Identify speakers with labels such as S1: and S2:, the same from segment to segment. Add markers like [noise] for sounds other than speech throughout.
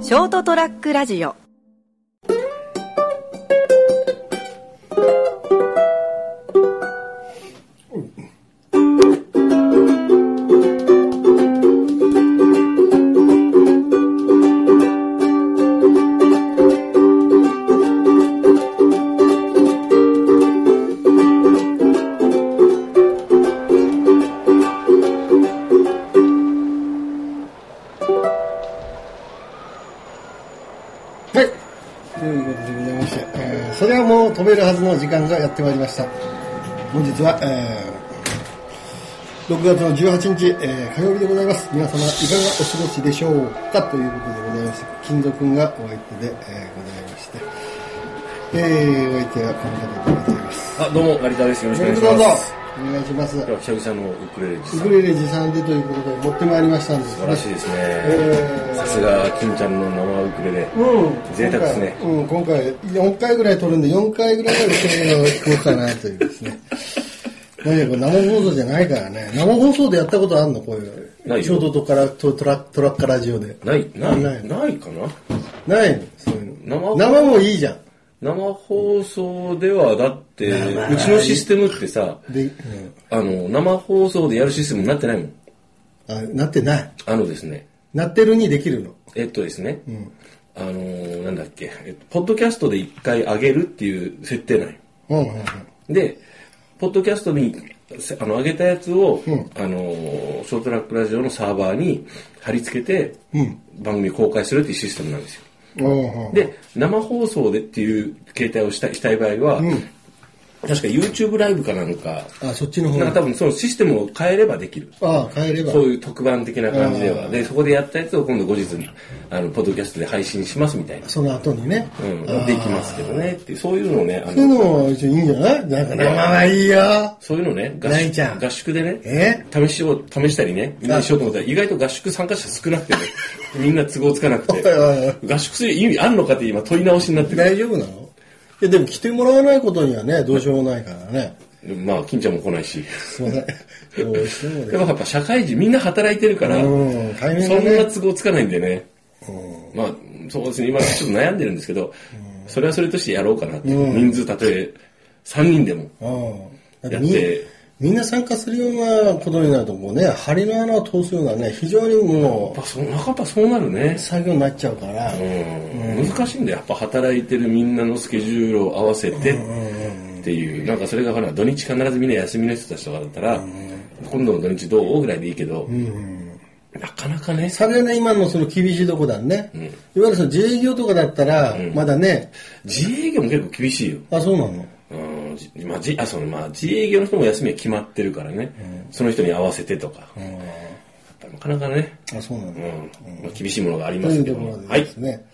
S1: ショートトラックラジオ
S2: はい。ということでございまして、えーそれはもう飛べるはずの時間がやってまいりました。本日は、えー6月の18日、えー火曜日でございます。皆様、いかがお過ごしでしょうかということでございまして、金蔵君がお相手で、えーございまして、えーお相手はこの方でございます。
S3: あ、どうも、成田です。よろしくお願いし
S2: どうぞ
S3: ます。、
S2: お願いします。
S3: 今日は久々のウクレレです。
S2: ウ
S3: 素
S2: クレレ持参でということで持ってまいりましたんです
S3: 晴らしいです
S2: えー
S3: ね。さすが、金ちゃんの生ウクレレ。
S2: うん、
S3: 贅沢ですね
S2: 今回うん、今回4回ぐらい取るんで、4回ぐらいは受け入れを行こうかなというですね。 [laughs] 何やこれ生放送じゃないからね。生放送でやったことあんのこういう。
S3: ないよ
S2: ショートとからトトラトラッカラジオで。
S3: ない、な
S2: ない
S3: い、ないかな
S2: ないのそういうの。
S3: 生
S2: 生もいいじゃん。
S3: 生放送では、だって、うちのシステムってさ、
S2: で、うん、
S3: あの、生放送でやるシステムになってないもん。
S2: あなってない。
S3: あのですね、
S2: なってるにできるの。
S3: えっとですね、あのー、なんだっけ、えっとポッドキャストで一回上げるっていう設定なんよ。
S2: うんうんうん。
S3: で、ポッドキャストにせあの上げたやつを、
S2: うん
S3: あのーショートラックラジオのサーバーに貼り付けて、
S2: うん
S3: 番組公開するっていうシステムなんですよ。
S2: うんうん、
S3: で、生放送でっていう形態をしたしたい場合は、
S2: ん
S3: 確か YouTube ライブかなんか、
S2: あ、そっちの方
S3: なんか多分そのシステムを変えればできる。
S2: あ、変えれば。
S3: そういう特番的な感じで
S2: あ
S3: は。
S2: ー
S3: で、そこでやったやつを今度後日、あの、ポッドキャストで配信しますみたいな。
S2: その後にね。
S3: うん
S2: あー、
S3: できますけどねっていう、そういうのをね、あ
S2: そういう
S3: の、
S2: のも一緒にいいんじゃないなんか生はいい
S3: [laughs]
S2: よ。
S3: そういうのね、合
S2: ないちゃん
S3: 宿合宿でね、
S2: え
S3: 試しを、試したりね、みんなにしようと思ったら、意外と合宿参加者少なくてね、 [laughs] みんな都合つかなくて
S2: おいおい、
S3: 合宿する意味あんのかって今問い直しになってる。
S2: 大丈夫なのいやでも来てもらわないことにはね、どうしようもないからね。
S3: まあ、金ちゃんも来ないし。
S2: すいません。どうしても
S3: で
S2: ね。
S3: もやっぱ社会人みんな働いてるから、そ
S2: うん大変だね
S3: んな都合つかないんでね。まあ、そうですね、今ちょっと悩んでるんですけど、それはそれとしてやろうかなって。人数たとえ3人でも。
S2: うん。だって
S3: やっ
S2: み
S3: て
S2: みんな参加するようなことになるともうね、針の穴を通すようなね、非常にも
S3: やっぱそう、なかなかそうなるね
S2: う、。作業になっちゃうから、
S3: うん難しいんだよやっぱ働いてるみんなのスケジュールを合わせてっていうなんかそれがほら土日必ずみんな休みの人たちとかだったら今度の土日どうぐらいでいいけどなかなかね
S2: それがね、今のその厳しいとこだね。いわゆるその自営業とかだったら、まだね、
S3: 自営業も結構厳しいよ
S2: あ、そうなの。
S3: うんじまあじあそのまあ自営業の人も休みは決まってるからねその人に合わせてとかやっぱなかなかね
S2: あ、そうなの。
S3: うんまあ厳しいものがあり
S2: と
S3: ま
S2: い
S3: す
S2: う
S3: け
S2: と
S3: ど
S2: ころで
S3: は
S2: で
S3: い
S2: すね。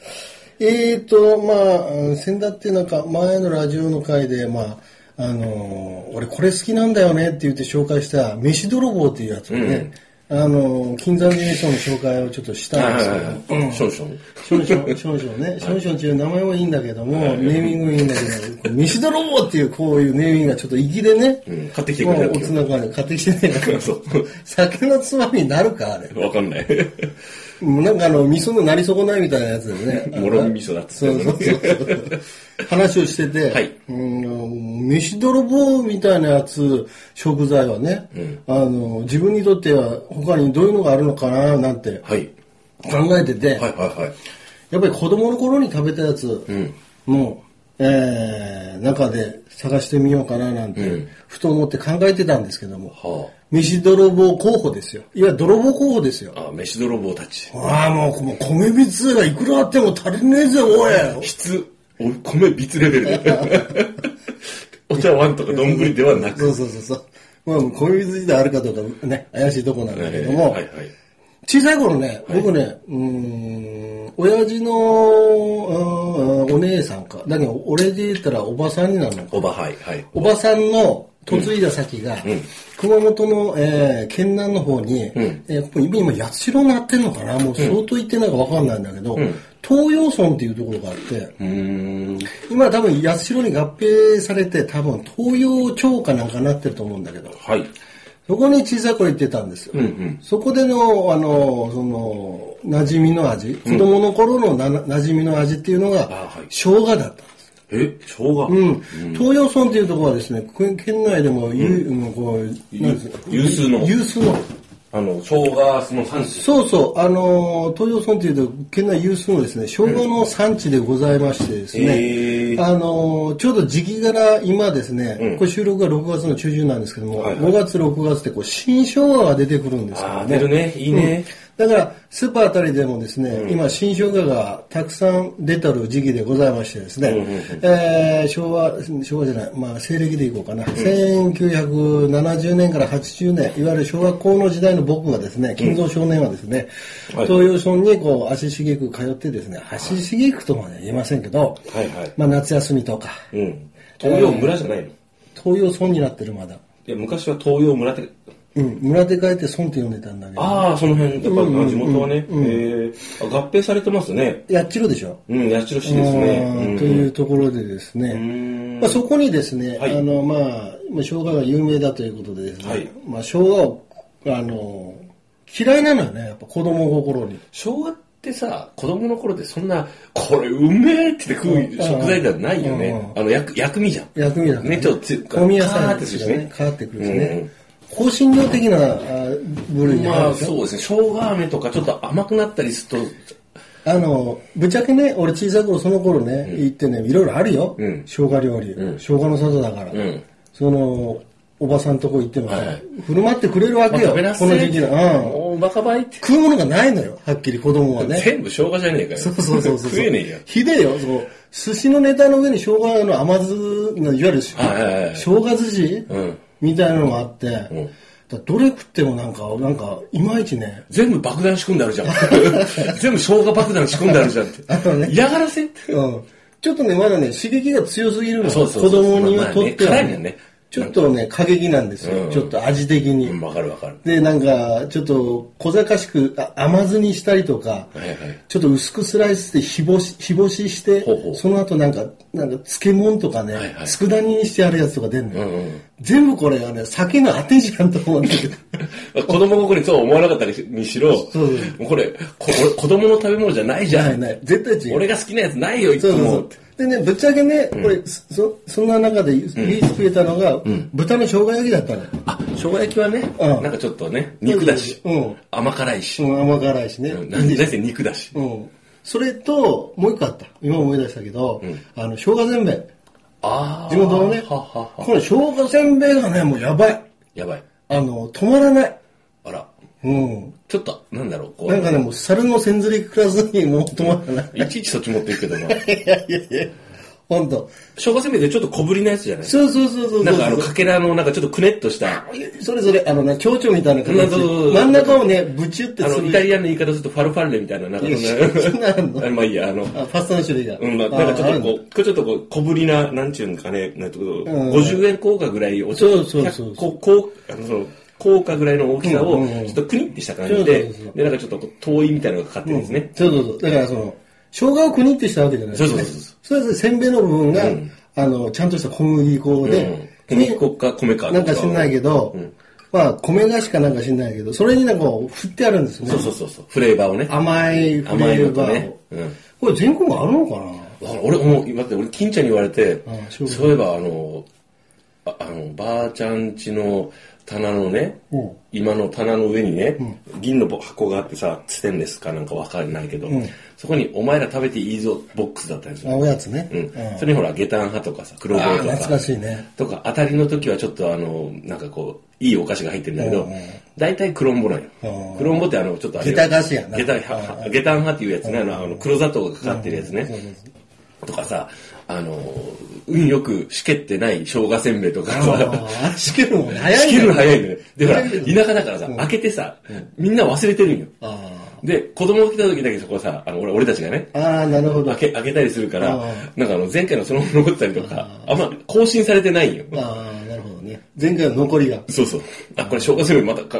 S2: えーと、まあうん、先だってなんか前のラジオの回で、まあ、あのー俺これ好きなんだよねって言って紹介した、飯泥棒っていうやつをね、あのー金山芸人の紹介をちょっとした
S3: はい
S2: ん
S3: は
S2: です
S3: い
S2: け
S3: は
S2: ど、
S3: いはいション
S2: 少々、少
S3: ション
S2: 々ね。少々っていう名前もいいんだけども、ネーミングもいいんだけど、こう飯泥棒っていうこういうネーミングがちょっと粋でね、
S3: うん買ってきて
S2: も
S3: くれたわ
S2: う
S3: け
S2: お
S3: よ
S2: つながり買ってきてね
S3: [laughs] そう
S2: 酒のつまみになるか、あれ。
S3: わかんない
S2: もうなんかあの、味噌のなり損ないみたいなやつでね。
S3: もろみ味噌だっつ
S2: そ
S3: っ
S2: う
S3: て
S2: そ
S3: た
S2: う
S3: の
S2: そ
S3: に
S2: うそう。話をしてて、
S3: はい
S2: うん、飯泥棒みたいなやつ、食材はね、あの、自分にとっては他にどういうのがあるのかななんて
S3: はい
S2: 考えてて、
S3: はいはいはい
S2: やっぱり子供の頃に食べたやつの、えー中で探してみようかななんて、ふと思って考えてたんですけども、
S3: は
S2: 飯泥棒候補ですよ。いわゆる泥棒候補ですよ。
S3: あ、あ飯泥棒たち。
S2: ああ、もう、もう米びつがいくらあっても足りねえぜ、おい。
S3: 質、お米びつレベル [laughs] で。お茶碗とか丼ではなく。
S2: そうそうそうそう。まあ、米びつ自体あるかどうかね、怪しいとこなんだけども、
S3: はいはい。
S2: 小さい頃ね、僕ね、うーん、親父の、うんお姉さんか、だけど、俺で言ったらおばさんになるのか。
S3: おばはいはい。
S2: おばさんの嫁いだ先が、熊本の、えー県南の方に、えーここ今今八代になってんのかなもう相当行ってないかわかんないんだけど、東洋村っていうところがあって、
S3: うーん。
S2: 今多分八代に合併されて多分東洋町かなんかなってると思うんだけど
S3: はい。
S2: そこに小さい頃行ってたんですよ。
S3: うんうん。
S2: そこでの、あの、その、馴染みの味、子供の頃のな馴染みの味っていうのが、
S3: あはい
S2: 生姜だったんです。
S3: え、生姜
S2: うん、東洋村っていうところはですね、県県内でも有、うんこうなんです
S3: 有有数の
S2: 有数の。
S3: あの、生姜の産地。
S2: そうそう、あのー、東洋村っていうと、県内有数のですね、生姜の産地でございましてですね、
S3: へー
S2: あのー、ちょうど時期柄、今ですね、
S3: うん
S2: これ収録が6月の中旬なんですけども、
S3: はいはい
S2: 5月、6月ってこう新生姜が出てくるんです
S3: あ
S2: よ
S3: あ、出
S2: ね。
S3: るね。いいね。
S2: だから、スーパーあたりでもですね、今、新生姜がたくさん出てる時期でございましてですね、
S3: うんうんうん
S2: えー昭和、昭和じゃない、まあ、西暦でいこうかな、1970年から80年、いわゆる昭和高の時代の僕がですね、金蔵少年はですね、
S3: はい
S2: 東洋村にこう、足しげく通ってですね、足しげくとまでは言えませんけど、
S3: はいはい
S2: まあ、夏休みとか、
S3: うん。東洋村じゃないの。い
S2: 東洋村になってるまだ。
S3: や、昔は東洋村って、
S2: うん、村で帰って村って呼んでたんだけど、
S3: ああ、その辺、やっぱり地元はね、えーあ合併されてますね。
S2: やっちろでしょ
S3: うん、八代市ですね。
S2: う
S3: うんん
S2: というところでですね
S3: ん、
S2: まあ、そこにですね、
S3: はい
S2: あのまあまあ生姜が有名だということでですね、
S3: はい
S2: まあ、生姜をあの嫌いなのよねやっぱ子供心に
S3: 生姜ってさ、子供の頃ってそんな、これうめえって食う食材ではないよね。あの、薬薬味じゃん。
S2: 薬味だから
S3: ね、ちょっとつ、
S2: 香味野
S3: カー
S2: 菜
S3: ってす
S2: です
S3: る
S2: よ
S3: し
S2: ね
S3: ね。
S2: 変わってくるんですね、香辛料的なあ部類に入
S3: ま
S2: る
S3: あ
S2: でしょ、
S3: そうですね。生姜飴とかちょっと甘くなったりすると、
S2: あの、ぶっちゃけね、俺小さい頃その頃ね、行ってね、いろいろあるよ。
S3: うん
S2: 生姜料理、生姜の里だから。
S3: ん
S2: その、おばさんとこ行ってもさ、
S3: はい
S2: 振る舞ってくれるわ
S3: まあ
S2: けよ。
S3: 食べな
S2: この時期だ。うん。
S3: おバカバイって。
S2: 食うものがないのよ、はっきり子供はね。
S3: 全部生姜じゃねえかよ。
S2: そうそうそうそう。
S3: 食えねえよ。
S2: ひでえよ、そう。寿司のネタの上に生姜の甘酢の、いわゆる、
S3: はいはいはい
S2: 生姜寿司、
S3: うん
S2: みたいなのがあって、
S3: ん
S2: だからどれ食ってもなんか、なんか、いまいちね、
S3: 全部爆弾仕込んであ
S2: [laughs]
S3: るじゃん。全部生姜爆弾仕込んであるじゃんって
S2: あとね。
S3: 嫌がらせって。
S2: うんちょっとね、まだね、刺激が強すぎるの。
S3: そうそうそう
S2: 子供にはとっては、
S3: まあまあね辛いもんね
S2: ちょっとね、過激なんですよ。
S3: うん
S2: ちょっと味的に。
S3: うんわかるわかる。
S2: で、なんか、ちょっと小賢しくあ甘酢にしたりとか、
S3: はいはい。
S2: ちょっと薄くスライスして日干し、日干しして、
S3: ほうほう
S2: その後なんか、なんか漬物とかね、
S3: はいはい
S2: 佃煮にしてあるやつとか出るの、
S3: うんうん
S2: 全部これがね、酒の当てじゃんと思うんだけど。
S3: 子供心にそう思わなかったにしろ、
S2: そう
S3: もうこれ、こ [laughs] 俺子供の食べ物じゃ [laughs] ないじゃ
S2: ない
S3: ん。
S2: ない、絶対違う。
S3: 俺が好きなやつないよ、い
S2: そ
S3: つ
S2: うそうそ
S3: も
S2: う。。でね、ぶっちゃけね、これ、そ、そんな中で唯一食えたのが、豚の生姜焼きだったのよ。
S3: あ、生姜焼きはね、
S2: うん
S3: なんかちょっとね、肉だし
S2: うん、
S3: 甘辛いし、
S2: うん、甘辛いしね。
S3: うんなんなんせ肉だし。
S2: うん。それと、もう一個あった。今思い出したけど、あの、生姜せんべい。
S3: ああ。
S2: 地元のね。
S3: ははは
S2: この生姜せんべいがね、もうやばい。
S3: やばい。
S2: あの、止まらない。
S3: あら。
S2: うん。
S3: ちょっと、なんだろう、こ
S2: なんか
S3: う。
S2: ね、もう猿の千鶴り食らずにもう止まらない。
S3: いちいちそっち持って [laughs] いくけどな。
S2: いやいやいや、ほんと。
S3: [laughs] 生姜せんべいでちょっと小ぶりなやつじゃない
S2: そうそうそうそうそう。
S3: なんかあの、かけらのなんかちょっとくねっとした、あ
S2: それぞれ、あのね、蝶々みたいな形で
S3: うんそうそうそう
S2: 真ん中をね、ぶちゅって
S3: の、
S2: 潰
S3: イタリアンの言い方するとファルファルレみたいな、なんか
S2: いやそんなのあんの
S3: [laughs] あまあいいや、あの、
S2: あ、パスタの種類が。
S3: うん、まあなんかちょっと
S2: あ
S3: こう、これちょっとこう、小ぶりな、なんちゅうんかね、なんてこと、50円硬貨ぐらいを、
S2: そうそうそう
S3: 100こう、こう、あの、その、硬貨ぐらいの大きさ
S2: うん
S3: を
S2: うんうん、
S3: ちょっとクニってした感じで
S2: そうそうそう、
S3: で、なんかちょっとこう、遠いみたいなのがかかってるんです
S2: あるの
S3: ね。
S2: そうそうそう。だからその、生姜をくにってしたわけじゃないですね
S3: そうそうそう
S2: それぞれせんべいの部分が、あの、ちゃんとした小麦粉
S3: うん
S2: で、。
S3: 小麦粉か米か。
S2: なんか知んないけど、まあ、米菓子かなんか知んないけど、それになんかこう振ってあるんですよね。
S3: そうそうそうそう、フレーバーをね。
S2: 甘いフレーバ
S3: 甘い
S2: ー
S3: の
S2: を
S3: と。うん
S2: これ全国あるのかな
S3: だから俺もう待って俺金ちゃんに言われて
S2: んそう
S3: そういえばあのああのばあちゃん家の棚のね
S2: うん
S3: 今の棚の上にね銀の箱があってさステンレスかなんかわかんないけどそこに「お前ら食べていいぞ」ボックスだったんです
S2: あ
S3: よ
S2: おやつね。
S3: うん
S2: うん
S3: それにほら下段派とかさ黒
S2: あ
S3: 棒
S2: あ、
S3: と
S2: 懐か
S3: か
S2: しいね。
S3: とか当たりの時はちょっとあのなんかこういいお菓子が入ってるんだけ
S2: う
S3: ど
S2: ん
S3: 大体クロンボなんよ
S2: うん
S3: クロンボってあのちょっとあれよ
S2: 下駄菓子やな
S3: 下駄は下段派っていうやつねあのあの黒砂糖がかかってるやつねとかさ、あの、運よくしけってない生姜せんべいとかさ、
S2: ああ、しけるのね早
S3: し
S2: い
S3: け
S2: ね
S3: るの早いのよ。で、ほら、田舎だからさ、開けてさ、みんな忘れてるんよ。
S2: あ
S3: で、子供が来た時だけそこさ、あの俺俺たちがね、
S2: あああ、なるほど。
S3: 開け、開けたりするから
S2: ああ、
S3: なんかあの、前回のそのまま残ってたりとか、あんま更新されてないんよ。
S2: ああ、なるほどね。前回の残りが。
S3: そうそう。あ、これ生姜せんべいまたか、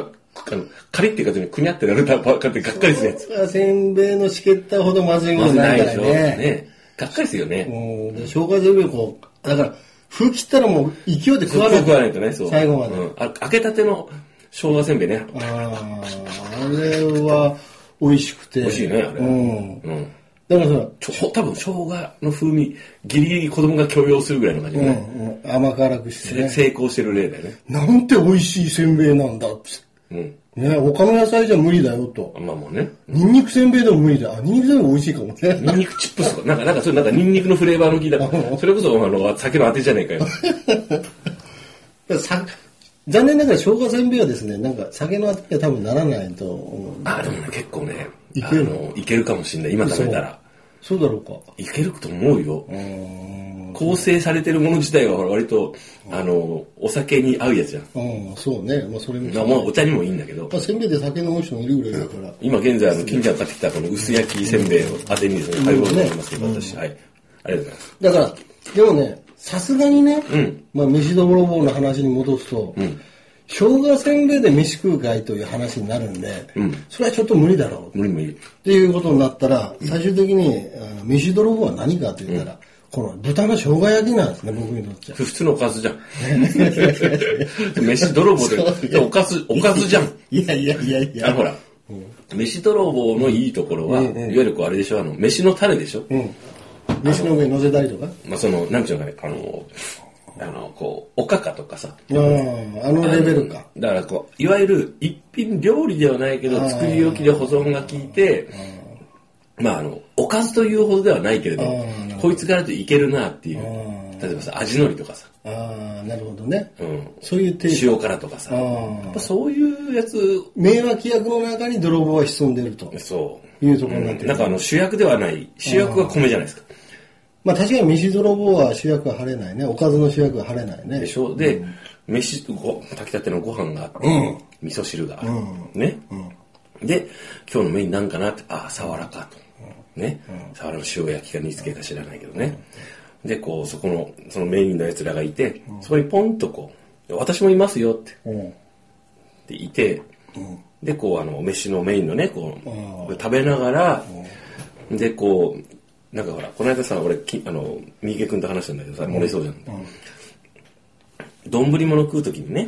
S3: あの、カリっていうかにくにゃってなるたばっかってがっかりするやつ。
S2: せんべいのしけったほどまずいも
S3: ま
S2: の
S3: ず
S2: な
S3: な
S2: い
S3: いで
S2: から
S3: しょ。
S2: ね。
S3: ね。がっかりするよね。
S2: うんで生姜せんべいこう、だから、風切ったらもう勢いで
S3: 食
S2: 食
S3: わ
S2: わない
S3: な
S2: い
S3: 食わないとね、そう。
S2: 最後まで
S3: うんあ開けたての生姜せんべいね。
S2: あーあれは美味しくて。美
S3: 美味しいね、あれ。
S2: うん。
S3: うん。
S2: でもさ、
S3: ちょ、多分生姜の風味、ギリギリ子供が許容するぐらいの感じ
S2: う
S3: でね、
S2: んうん、甘辛くしてね。
S3: 成功してる例だよね。
S2: なんて美味しいせんべいなんだっつ
S3: うん。
S2: ね、他の野菜じゃ無理だよと。
S3: まあもうね。
S2: ニンニクせんべいでも無理だ。あ、ニンニクせんべい美味しいかもね。
S3: ニンニクチップスとか、なんか、なんか、それなんかニンニクのフレーバーの効いた。それこそ、あの、酒のあてじゃねえかよ。
S2: さ残念ながら生姜せんべいはですね、なんか酒のあてには多分ならないと思う。
S3: あ、でもね、結構ね、
S2: い
S3: あ
S2: ける
S3: の、いけるかもしんない。今食べたら。
S2: そうだろうか。
S3: いけると思うよ。
S2: うーん。
S3: 構成されてるもの自体は割と、あの、お酒に合うやつじゃん。
S2: うん、そうね。まあそれも。
S3: まあ、まあお茶にもいいんだけど
S2: ま。あせんべいで酒飲む人もいるぐらいだから。
S3: 今現在、あの、金ちゃん買ってきたこの薄焼きせんべいを当てにですね、買い物になりますけど、私。はい。ありがとうございます。
S2: だから、でもね、さすがにね、
S3: うん
S2: まあ飯どぼろぼうの話に戻すと、生姜せんべいで飯食うかいという話になるんで、
S3: ん
S2: それはちょっと無理だろう。
S3: 無理無理。
S2: っていうことになったら、最終的に、あの飯泥棒は何かと言ったら、この豚の生姜焼きなんですね、僕にとっては。
S3: 普通のおかずじゃん。 [laughs] 飯泥棒で、おかず、おかずじゃん。
S2: [laughs] いやいやいやい
S3: あの、
S2: や。
S3: ほら。飯泥棒のいいところは、い
S2: ん
S3: わゆるこう、あれでしょ、あの、飯の種でしょ。
S2: うん。飯の上に乗せたりとか。
S3: まあ、その、なんちゅうのかね、あの、あの、こう、おかかとかさ。
S2: ああ、あのレベルか。
S3: だからこう、いわゆる一品料理ではないけど、作り置きで保存が効いて、まああの、おかずというほどではないけれど
S2: あーなる、ほ
S3: こいつからといけるなっていう
S2: あ。
S3: 例えばさ、味のりとかさ、
S2: ああ、なるほどね。
S3: うん、
S2: そういう定義。
S3: 塩辛とかさ、
S2: あ
S3: やっぱ
S2: あ。
S3: そういうやつ、
S2: 迷惑役の中に泥棒は潜んでると
S3: そう。
S2: いうところになってる。
S3: なんかあの主役ではない、主役は米じゃないですか。
S2: まあ確かに飯泥棒は主役は晴れないね。おかずの主役は晴れないね。
S3: でしょで、飯、ご、炊きたてのご飯があって、味噌汁がある。ね、で、今日のメインなんかなって、ああ、サワラかと。ね、サワラの塩焼きか煮付けか知らないけどね。で、こう、そこの、そのメインの奴らがいて、そこにポンとこう、私もいますよって、
S2: うん。
S3: でいて、で、こう、あの、飯のメインのね、こ
S2: あ
S3: う、食べながら、で、こう、なんかほら、この間さ、俺、きあの、三池君と話したんだけどさ、漏れそうじゃん。丼物食う時にね、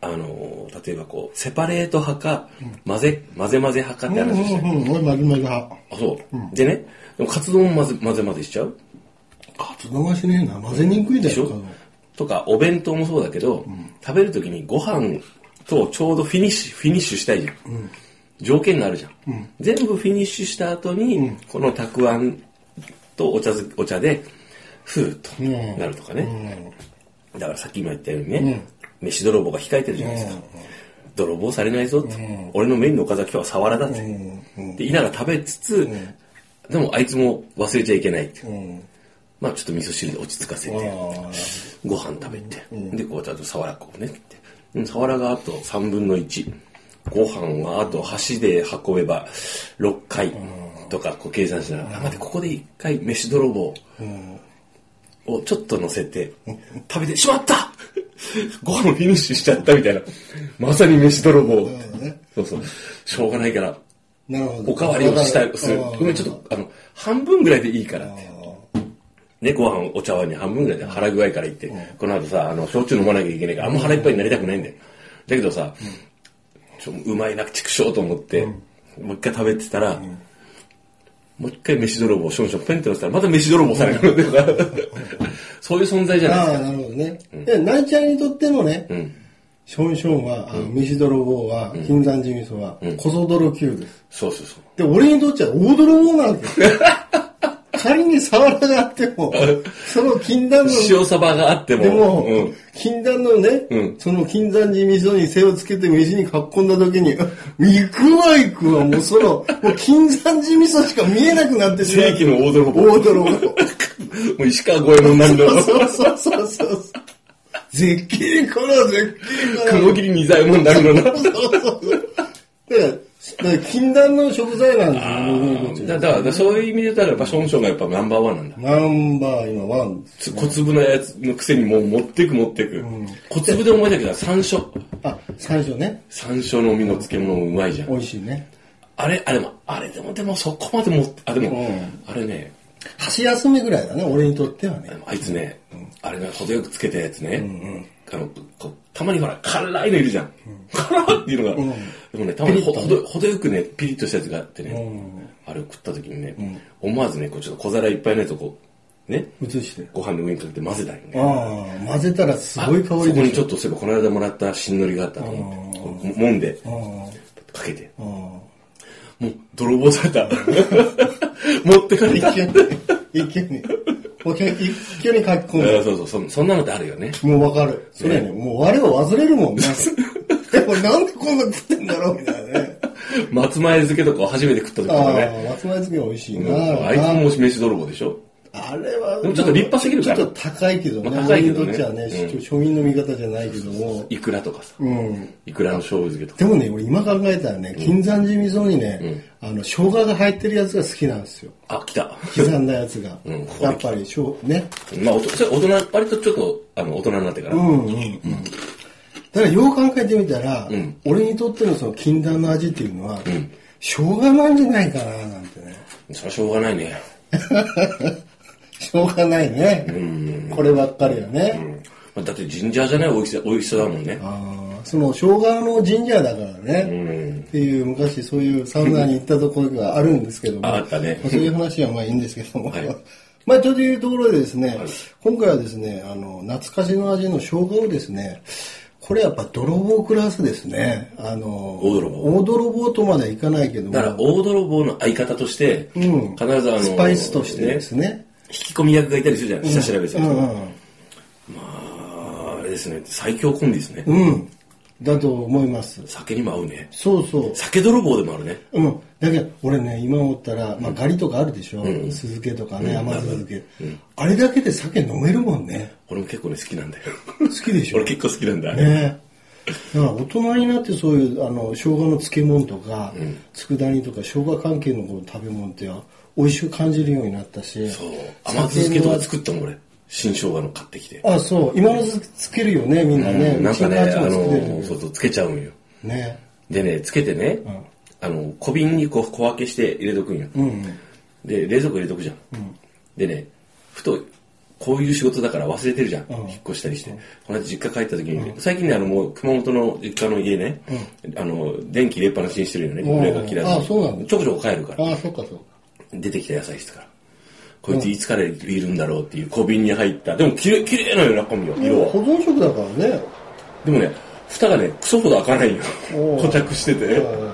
S3: あのー例えばこうセパレート派か、混ぜ混ぜ混ぜ派かって
S2: う
S3: 話をして、
S2: んうん、俺、まぎまぎ派。
S3: あそう、でねでもカツ丼も混ぜ混ぜ混ぜしちゃう
S2: カツ丼はしねえな。混ぜにくいで
S3: でしょ、とかお弁当もそうだけど、食べる時にご飯とちょうどフィニッシュフィニッシュしたいじゃん、条件があるじゃん、全部フィニッシュした後に、このたくあんとお茶漬お茶でふーっとなるとかね、だからさっき今言ったようにね、飯泥棒が控えてるじゃないですか。泥棒されないぞって、俺のメインのおかずは今日はサワラだって。で、言いながら食べつつ、でもあいつも忘れちゃいけないって。
S2: ん
S3: まあちょっと味噌汁で落ち着かせ
S2: あ
S3: て、ご飯食べて、で、こうちゃんとサワラこうねって。うんサワラがあと3分の1。ご飯はあと箸で運べば6回とかこう計算しながら、あ、待って、ここで1回飯泥棒。をちょっと乗せて、食べて、しまった [laughs] ご飯をフィニッシュしちゃったみたいな。まさに飯泥棒。そうそう。しょうがないから、
S2: なるほど。
S3: おかわりをしたい、する
S2: あー。
S3: ごめん、ちょっと、あの、半分ぐらいでいいからって。ね、ご飯、お茶碗に半分ぐらいで腹具合からいって、この後さ、あの、焼酎飲まなきゃいけないから、あんま腹いっぱいになりたくないんだよ。だけどさ、ちょうまいな、畜生と思って、もう一回食べてたら、もう一回飯泥棒、ションションペンってなってたら、また飯泥棒されるのとか、そういう存在じゃないです
S2: あ
S3: か。
S2: あ、なるほどね。で、ナイちゃんにとってもね、ションションは、あの飯泥棒は、金山寺味噌は、小僧泥級です。
S3: そうそうそう。
S2: で、俺にとっちゃ大泥棒なんですよ。仮にサワラがあっても、その禁断の、
S3: 塩サバがあっても、
S2: でも
S3: うん、
S2: 禁断のね
S3: う、ん
S2: その金山寺味噌に背をつけて飯に囲んだ時に、行くわ行くわ、もうその、もう金山寺味噌しか見えなくなってしま
S3: 正
S2: う
S3: 規。の大泥棒。
S2: 大泥棒。
S3: もう石川五右衛門なんだろ。
S2: そうそうそうそう。絶景から絶景から。
S3: 雲霧仁左衛門になるのな。
S2: そうそうそう。だからだから、禁断の食材なんですよ僕にとっては
S3: だだからそういう意味で言ったらやっぱションションがやっぱナンバーワンなんだ。
S2: ナンバー今ワンです。
S3: つ小粒のやつのくせにもう持ってく持ってく。小粒で思い出したけど山椒。
S2: あ、最初ね。
S3: 山椒の実の漬物もうまいじゃん。
S2: 美味しいね。
S3: あれ、あれも、あれでもでもそこまで持って、あ、でも、
S2: うん
S3: あれね、
S2: 箸休めぐらいだね、俺にとってはね
S3: で。もあいつね、あれが程よくつけたやつね、あのこうたまにほら辛いのいるじゃん、辛っっていうのが、でもねたまにほ
S2: ピリッ
S3: ほ
S2: と
S3: ど程よくねピリッとしたやつがあってね、
S2: うん
S3: あれを食った時にね、思わずねこうちょっと小皿いっぱいのやつをこうね
S2: 移して。
S3: ご飯の上にかけて混ぜたりね
S2: ああ、混ぜたらすごい香
S3: そこ
S2: りで
S3: に
S2: し
S3: ち
S2: ょ。
S3: ょっとそういえばこの間もらったしんのりがあったと思ってこうも揉んでかけて
S2: ああ
S3: もう泥棒された [laughs] 持ってか
S2: ああ
S3: れた
S2: 一挙に、一挙に、お客一挙に書き込
S3: あそうそうそそんなのってあるよね
S2: む。もうわかる。それね、もう我を忘れるもんね。
S3: [laughs]
S2: でもなんでこんな食ってんだろうみたいなね。
S3: 松前漬けとかを初めて食った時と
S2: あ
S3: か
S2: あ、
S3: ね
S2: 松前漬け美味しい
S3: うん
S2: な。
S3: あいつも飯泥棒でしょ
S2: あれは、
S3: でもちょっと立派すぎるから
S2: ちょっと高いけどね。
S3: まあ高いけどね
S2: 俺にとってはね、
S3: うん
S2: 庶民の味方じゃないけども。
S3: いくらとかさ、
S2: うん。
S3: いくらの醤油漬けとか
S2: でもね、俺今考えたらね、金山寺味噌にね、あの、生姜が入ってるやつが好きなんですよ。
S3: あ来た
S2: 刻んだやつが。
S3: うんここで
S2: やっぱり、しょうね。
S3: まあおとそれ大人割とちょっとあの大人になってから、
S2: うんうんうん。だからよう考えてみたら、
S3: ん
S2: 俺にとってのその禁断の味っていうのは、生姜なんじゃないかななんてね。
S3: それはしょうがないね
S2: しょうがないね。こればっかりはね。
S3: まあだってジンジャーじゃない美味しさ美味しさだもんね
S2: ああ、その生姜の神社だからね、っていう昔そういうサウナに行ったところがあるんですけども、
S3: ああったね
S2: まそういう話はまあいいんですけども、
S3: はい
S2: まあというところでですね、今回はですね、あの、懐かしの味の生姜をですね、これやっぱ泥棒クラスですね。あの、
S3: 大泥棒
S2: 大泥棒とまではいかないけども、
S3: だから大泥棒の相方として、
S2: うん
S3: 必ずあの
S2: スパイスとしてですね、
S3: 引き込み役がいたりするじゃない、下調べする
S2: う
S3: 人、
S2: んうん
S3: あーあれですね最強コンビですね、
S2: うん、だと思います。
S3: 酒にも合うね
S2: そうそう。
S3: 酒泥棒でもあるね
S2: うん、だけど俺ね今思ったら、まあ、ガリとかあるでしょ、酢漬けとかね、甘酢漬け、あれだけで酒飲めるもんね
S3: 俺も結構ね好きなん
S2: [laughs]
S3: だよ
S2: 好きでしょ
S3: 俺結構好きなんだ、
S2: ねだから大人になってそういうあの生姜の漬物とか、佃煮とか生姜関係のこう食べ物って美味しく感じるようになったし
S3: そう甘酢漬けとか作ったもん俺新生姜の買ってきて、
S2: あそう今のつけるよねみんなね、う
S3: なんかね
S2: ち
S3: あ
S2: の味
S3: の
S2: も作れる
S3: そうそうつけちゃうんよ
S2: ね
S3: でねつけてね、あの小瓶にこう小分けして入れとくんよ、で冷蔵庫入れとくじゃん、でねふとこういう仕事だから忘れてるじゃん、引っ越したりして、この間実家帰った時に、最近ねあのもう熊本の実家の家ね、あの電気入れっぱなしにしてるよね
S2: うん
S3: 俺が切らずに
S2: あそうなんだ
S3: ちょこちょこ帰るから
S2: あそっかそっか
S3: 出てきた野菜室から。こいついつからいるんだろうっていう小瓶に入った。でもきれい、きれいなよ、中身は、色
S2: 保
S3: は。
S2: 存食だからね
S3: でもね、蓋がね、クソほど開かないよ。
S2: おう
S3: 固着してて。
S2: うん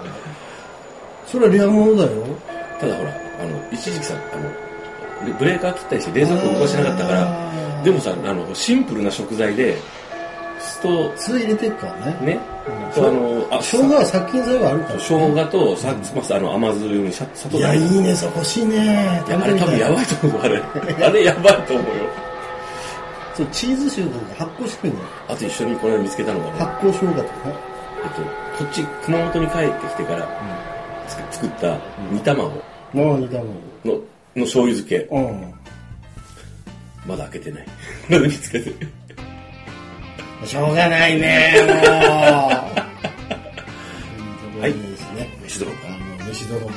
S2: それはレアものだよ
S3: ただほら、あの、一時期さ、あの、でブレーカー切ったりして冷蔵庫動かしてなかったか
S2: あ
S3: ら、
S2: ー
S3: でもさ、あの、シンプルな食材で、酢と、
S2: 酢入れてっからね
S3: ね、
S2: うん
S3: とあの、あ、
S2: 生姜は殺菌剤があるから。
S3: 生姜と、さ、まあ、あの、甘酢に砂砂糖
S2: いや、
S3: だけ
S2: いいね、それ欲しいね。
S3: いやあれ多分や
S2: い。
S3: ばいと思う、あれ。あれやばいと思うよ。
S2: そう、チーズ塩とか発酵してるんだよ。
S3: あと一緒にこれ見つけたのがね、
S2: 発酵生姜とかね。
S3: えっと、こっち熊本に帰ってきてから、つく作った煮卵
S2: 生煮卵。
S3: のの醤油漬け
S2: うん。
S3: まだ開けてない [laughs] まだ見つけてる
S2: しょうがないね、もう。はい。ですね。
S3: 飯泥棒
S2: あの、飯泥棒、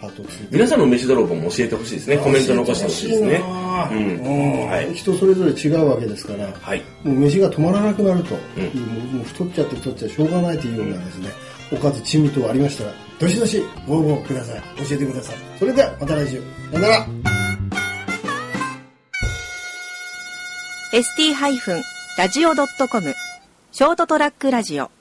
S2: パート2。
S3: 皆さんの飯泥棒も教えてほしいですねコメント残してほしいですね
S2: 欲しいな
S3: うん
S2: うん
S3: はい、
S2: 人それぞれ違うわけですから。
S3: はい、
S2: もう飯が止まらなくなると、
S3: うん
S2: もうもう太っちゃって太っちゃしょうがないというようなですね、おかず珍味等ありましたら、どしどしご応募ください。教えてください。それではまた来週。さよなら。
S1: ST-radio.com ショートトラックラジオ